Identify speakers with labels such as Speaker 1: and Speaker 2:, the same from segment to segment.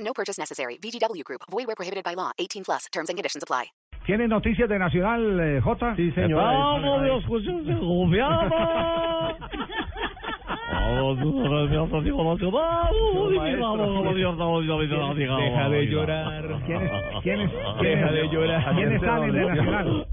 Speaker 1: No purchase necessary. VGW Group. Void where prohibited by law. 18 plus. Terms and conditions apply.
Speaker 2: ¿Tiene noticias de Nacional, eh, Jota?
Speaker 3: Sí, señor.
Speaker 4: ¡Vamos, Dios, pues, José se gobiaba! ¡Vamos, Dios, Dios, vamos, Dios, vamos, Dios, vamos, Dios, vamos, Dios,
Speaker 3: Deja de llorar.
Speaker 2: ¿Quién es? ¿Quién es? ¿Quién
Speaker 3: Deja
Speaker 2: es-
Speaker 3: de llorar.
Speaker 2: ¿Quiénes salen de Nacional?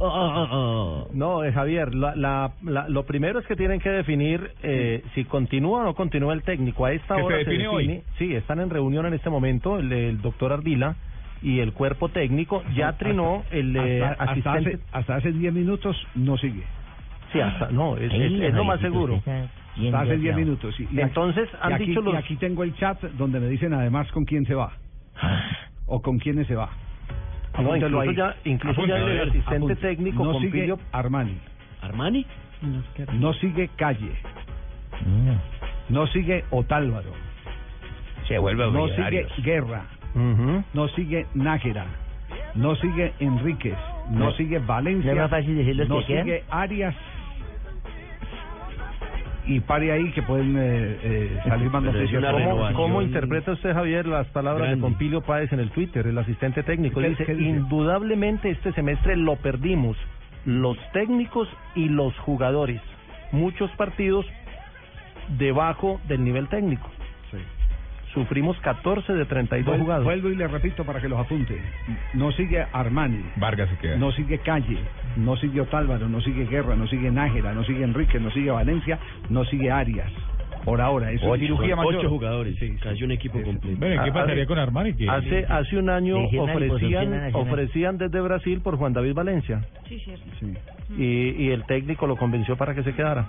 Speaker 4: No, eh, Javier, la, la, la- lo primero es que tienen que definir eh, si continúa o no continúa el técnico. A esta
Speaker 3: Que se
Speaker 4: hora
Speaker 3: define hoy.
Speaker 4: Sí, están en reunión en este momento el, el doctor Ardila y el cuerpo técnico. Ya trinó el eh,
Speaker 2: hasta, hasta
Speaker 4: asistente.
Speaker 2: hace, hasta hace 10 minutos no sigue.
Speaker 4: Sí, hasta, no, es, es- es lo más seguro.
Speaker 2: Hasta hace 10 minutos. sí. Y aquí-
Speaker 4: Entonces, han
Speaker 2: y aquí,
Speaker 4: dicho los-
Speaker 2: y aquí tengo el chat donde me dicen además con quién se va. O con quiénes se va.
Speaker 4: Ah. No,
Speaker 2: Apúntelo
Speaker 4: incluso
Speaker 2: ahí.
Speaker 4: ya, incluso ya
Speaker 3: Apúntalo,
Speaker 4: el
Speaker 3: eh,
Speaker 4: asistente
Speaker 2: Apunte.
Speaker 4: técnico
Speaker 2: no sigue
Speaker 4: Pompilio
Speaker 2: Armani.
Speaker 3: ¿Armani?
Speaker 2: No sigue Calle.
Speaker 4: Mm.
Speaker 2: No sigue Otálvaro.
Speaker 3: Se vuelve
Speaker 2: No sigue Guerra.
Speaker 4: Ujú.
Speaker 2: No sigue Nájera. No sigue Enríquez. No
Speaker 4: No.
Speaker 2: sigue Valencia.
Speaker 4: ¿No es más fácil decir los
Speaker 2: no
Speaker 4: que quedan?
Speaker 2: sigue Arias. Y pare ahí que pueden eh, eh, salir más
Speaker 3: Pero es
Speaker 2: noticias.
Speaker 3: una
Speaker 4: ¿Cómo,
Speaker 3: renovación.
Speaker 4: cómo interpreta usted, Javier, las palabras
Speaker 3: Grande.
Speaker 4: de Pompilio Páez en el Twitter, el asistente técnico?
Speaker 2: ¿Qué-
Speaker 4: Él dice,
Speaker 2: qué dice?
Speaker 4: indudablemente este semestre lo perdimos, los técnicos y los jugadores. Muchos partidos debajo del nivel técnico.
Speaker 2: Sí.
Speaker 4: Sufrimos 14 de 32
Speaker 2: Vuel-
Speaker 4: jugados.
Speaker 2: Vuelvo y le repito para que los apunte. No sigue Armani.
Speaker 3: Vargas se queda.
Speaker 2: No sigue Calle, no sigue Otálvaro, no sigue Guerra, no sigue Nájera, no sigue Enrique, no sigue Valencia, no sigue Arias. Por ahora, eso es cirugía mayor.
Speaker 3: jugadores.
Speaker 2: Sí, sí.
Speaker 3: Cayó un equipo completo.
Speaker 5: Bueno, ¿y qué
Speaker 4: Ah,
Speaker 5: pasaría
Speaker 4: ah,
Speaker 5: con Armani? Que
Speaker 4: Hace, hace un año
Speaker 6: Regional, posición
Speaker 4: ofrecían,
Speaker 6: nacional.
Speaker 4: ofrecían desde Brasil por Juan David Valencia
Speaker 2: Sí. Mm.
Speaker 4: y, y el técnico lo convenció para que se quedara.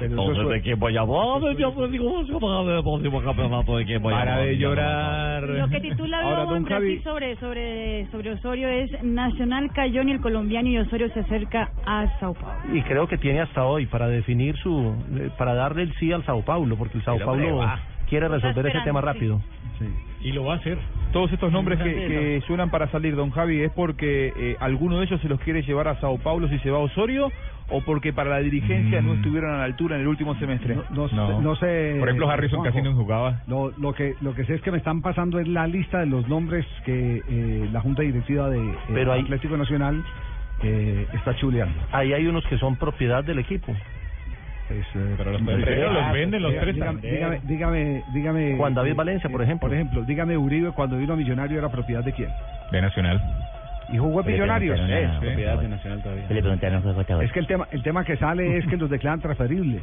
Speaker 2: Pero eso es-
Speaker 4: Entonces,
Speaker 6: de que voy a hablar, ya pues digo, vamos a pagar el próximo campeonato de que voy a
Speaker 5: Para
Speaker 6: hablar,
Speaker 5: de
Speaker 6: ya,
Speaker 5: llorar.
Speaker 7: Lo que titula
Speaker 2: Ahora,
Speaker 7: Globo
Speaker 2: don
Speaker 7: en Brasil
Speaker 2: Javi.
Speaker 7: sobre, sobre, sobre Osorio es Nacional cayó en el colombiano y Osorio se acerca a Sao Paulo.
Speaker 4: y creo que tiene hasta hoy para definir su eh, para darle el sí al Sao Paulo porque el Sao
Speaker 3: Pero
Speaker 4: Paulo
Speaker 3: prueba.
Speaker 4: quiere resolver ese
Speaker 7: esperando,
Speaker 4: tema rápido
Speaker 2: sí.
Speaker 5: Y lo va a hacer. Todos estos nombres que, que suenan para salir, don Javi, ¿es porque eh, alguno de ellos se los quiere llevar a Sao Paulo si se va a Osorio? ¿O porque para la dirigencia no estuvieron a la altura en el último semestre?
Speaker 2: Mm. No, no sé- no sé.
Speaker 5: Por ejemplo, Harrison
Speaker 2: Juanjo.
Speaker 5: casi no jugaba.
Speaker 2: Lo, lo que lo que sé es que me están pasando es la lista de los nombres que eh, la Junta Directiva de eh,
Speaker 4: Pero ahí-
Speaker 2: Atlético Nacional eh, está chuleando.
Speaker 4: ahí hay unos que son propiedad del equipo
Speaker 2: Es, eh,
Speaker 5: Pero los
Speaker 2: es-
Speaker 5: terceros los venden, los
Speaker 2: Diga-
Speaker 5: tres
Speaker 2: dígame,
Speaker 5: también.
Speaker 2: dígame, dígame, dígame, eh,
Speaker 4: Juan David Valencia, por ejemplo.
Speaker 2: Por ejemplo, dígame Uribe cuando vino a Millonario era propiedad de quién.
Speaker 5: De Nacional.
Speaker 2: Y jugó en
Speaker 6: Pero
Speaker 2: Millonarios. eh.
Speaker 6: no, no, no,
Speaker 2: Sí,
Speaker 6: no,
Speaker 2: sí.
Speaker 6: propiedad de
Speaker 3: Nacional todavía.
Speaker 6: Le preguntaron fue Jota
Speaker 2: Es que el tema el tema que sale es que los declaran transferibles.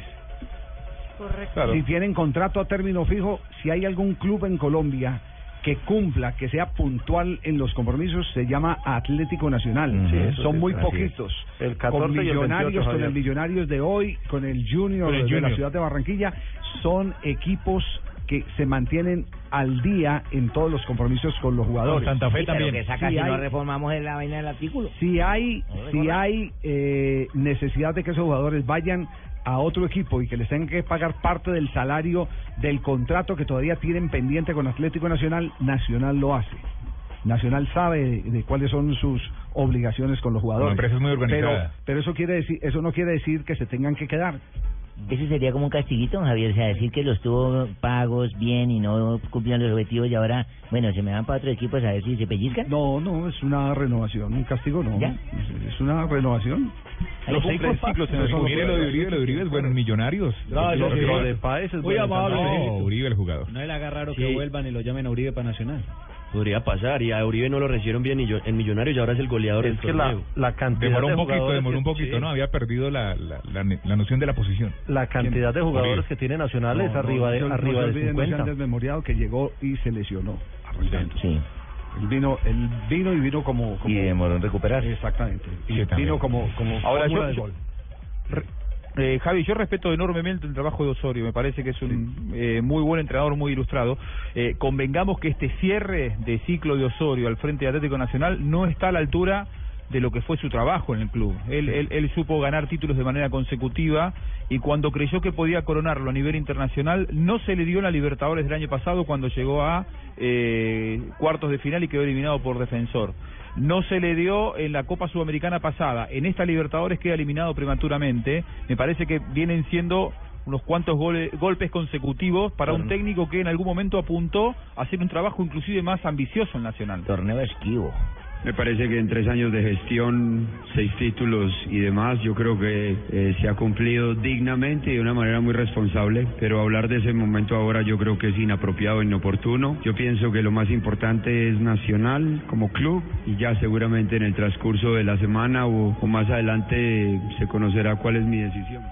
Speaker 7: Correcto.
Speaker 5: Claro.
Speaker 2: Si tienen contrato a término fijo, si hay algún club en Colombia que cumpla, que sea puntual en los compromisos, se llama Atlético Nacional.
Speaker 6: Ujú. Sí, eso
Speaker 2: Son
Speaker 6: sí,
Speaker 2: muy
Speaker 6: así es.
Speaker 2: poquitos.
Speaker 4: El 14
Speaker 2: con
Speaker 4: y el 28,
Speaker 2: Millonarios, con
Speaker 4: Javier.
Speaker 2: el Millonarios de hoy, con el Junior,
Speaker 5: Con el
Speaker 2: de la
Speaker 5: Junior.
Speaker 2: ciudad de Barranquilla, son equipos que se mantienen al día en todos los compromisos con los jugadores.
Speaker 5: Santa Fe
Speaker 6: Sí, pero que
Speaker 5: también.
Speaker 6: saca
Speaker 2: Sí,
Speaker 6: si
Speaker 2: hay-
Speaker 6: no reformamos en la vaina del artículo.
Speaker 2: Si hay, si hay eh, necesidad de que esos jugadores vayan a otro equipo y que les tengan que pagar parte del salario del contrato que todavía tienen pendiente con Atlético Nacional, Nacional lo hace. Nacional sabe de, de cuáles son sus obligaciones con los jugadores.
Speaker 5: empresa es muy organizada.
Speaker 2: Pero, pero eso quiere decir, eso no quiere decir que se tengan que quedar.
Speaker 6: Ese sería como un castiguito, don Javier, o sea, decir que los tuvo pagos bien y no cumplían los objetivos y ahora, Ah, bueno, se me van para otro equipo a ver si se pellizcan.
Speaker 2: No, no, es una renovación, un castigo no.
Speaker 6: ¿Ya?
Speaker 2: Es- Es una renovación.
Speaker 5: Los seis ciclos en el
Speaker 2: Eso no
Speaker 5: Mire lo de Uribe, lo de Uribe es bueno en Millonarios.
Speaker 3: No, yo
Speaker 5: Lo que
Speaker 3: sí.
Speaker 5: va-
Speaker 4: lo de Páez es
Speaker 3: Muy
Speaker 4: bueno.
Speaker 3: amable.
Speaker 5: No, Uribe el jugador.
Speaker 3: No le haga raro
Speaker 6: que
Speaker 3: vuelvan y lo llamen a Uribe para Nacional.
Speaker 8: Podría pasar, y a Uribe no lo recibieron bien y yo, en Millonarios y ahora es el goleador
Speaker 4: es
Speaker 8: del
Speaker 4: que la,
Speaker 8: torneo.
Speaker 4: la cantidad
Speaker 5: Demoró un
Speaker 4: de
Speaker 5: poquito,
Speaker 4: jugadores
Speaker 5: demoró un
Speaker 4: que-
Speaker 5: poquito,
Speaker 8: sí.
Speaker 5: ¿no? Había perdido la, la, la, la noción de la posición.
Speaker 4: la cantidad de jugadores
Speaker 5: Uribe.
Speaker 4: que tiene Nacional es
Speaker 2: No, no,
Speaker 4: arriba de
Speaker 2: no se-
Speaker 4: arriba
Speaker 2: no se
Speaker 4: de
Speaker 2: olviden, No se
Speaker 4: 50
Speaker 2: han desmemoriado que llegó y se lesionó. arrancando.
Speaker 6: Sí.
Speaker 2: Él vino, él vino y vino como, como
Speaker 4: eh,
Speaker 6: demoró en recuperarse.
Speaker 2: exactamente.
Speaker 5: Sí,
Speaker 2: Y
Speaker 5: también.
Speaker 2: vino como, como
Speaker 5: Ahora,
Speaker 2: fórmula
Speaker 5: yo-
Speaker 2: de
Speaker 5: yo-
Speaker 2: gol.
Speaker 5: Re-
Speaker 4: Eh, Javi, yo respeto enormemente el trabajo de Osorio, me parece que es un eh, muy buen entrenador, muy ilustrado. Eh, convengamos que este cierre de ciclo de Osorio al frente de Atlético Nacional no está a la altura de lo que fue su trabajo en el club. Él, él, él supo ganar títulos de manera consecutiva y cuando creyó que podía coronarlo a nivel internacional, no se le dio la Libertadores del año pasado cuando llegó a eh, cuartos de final y quedó eliminado por defensor. No se le dio en la Copa Sudamericana pasada. En esta Libertadores queda eliminado prematuramente. Me parece que vienen siendo unos cuantos gole- golpes consecutivos para un técnico que en algún momento apuntó a hacer un trabajo inclusive más ambicioso en Nacional.
Speaker 6: Torneo esquivo.
Speaker 2: Me parece que en tres años de gestión, seis títulos y demás, yo creo que eh, se ha cumplido dignamente y de una manera muy responsable, pero hablar de ese momento ahora yo creo que es inapropiado, inoportuno. Yo pienso que lo más importante es Nacional como club y ya seguramente en el transcurso de la semana o, o más adelante se conocerá cuál es mi decisión.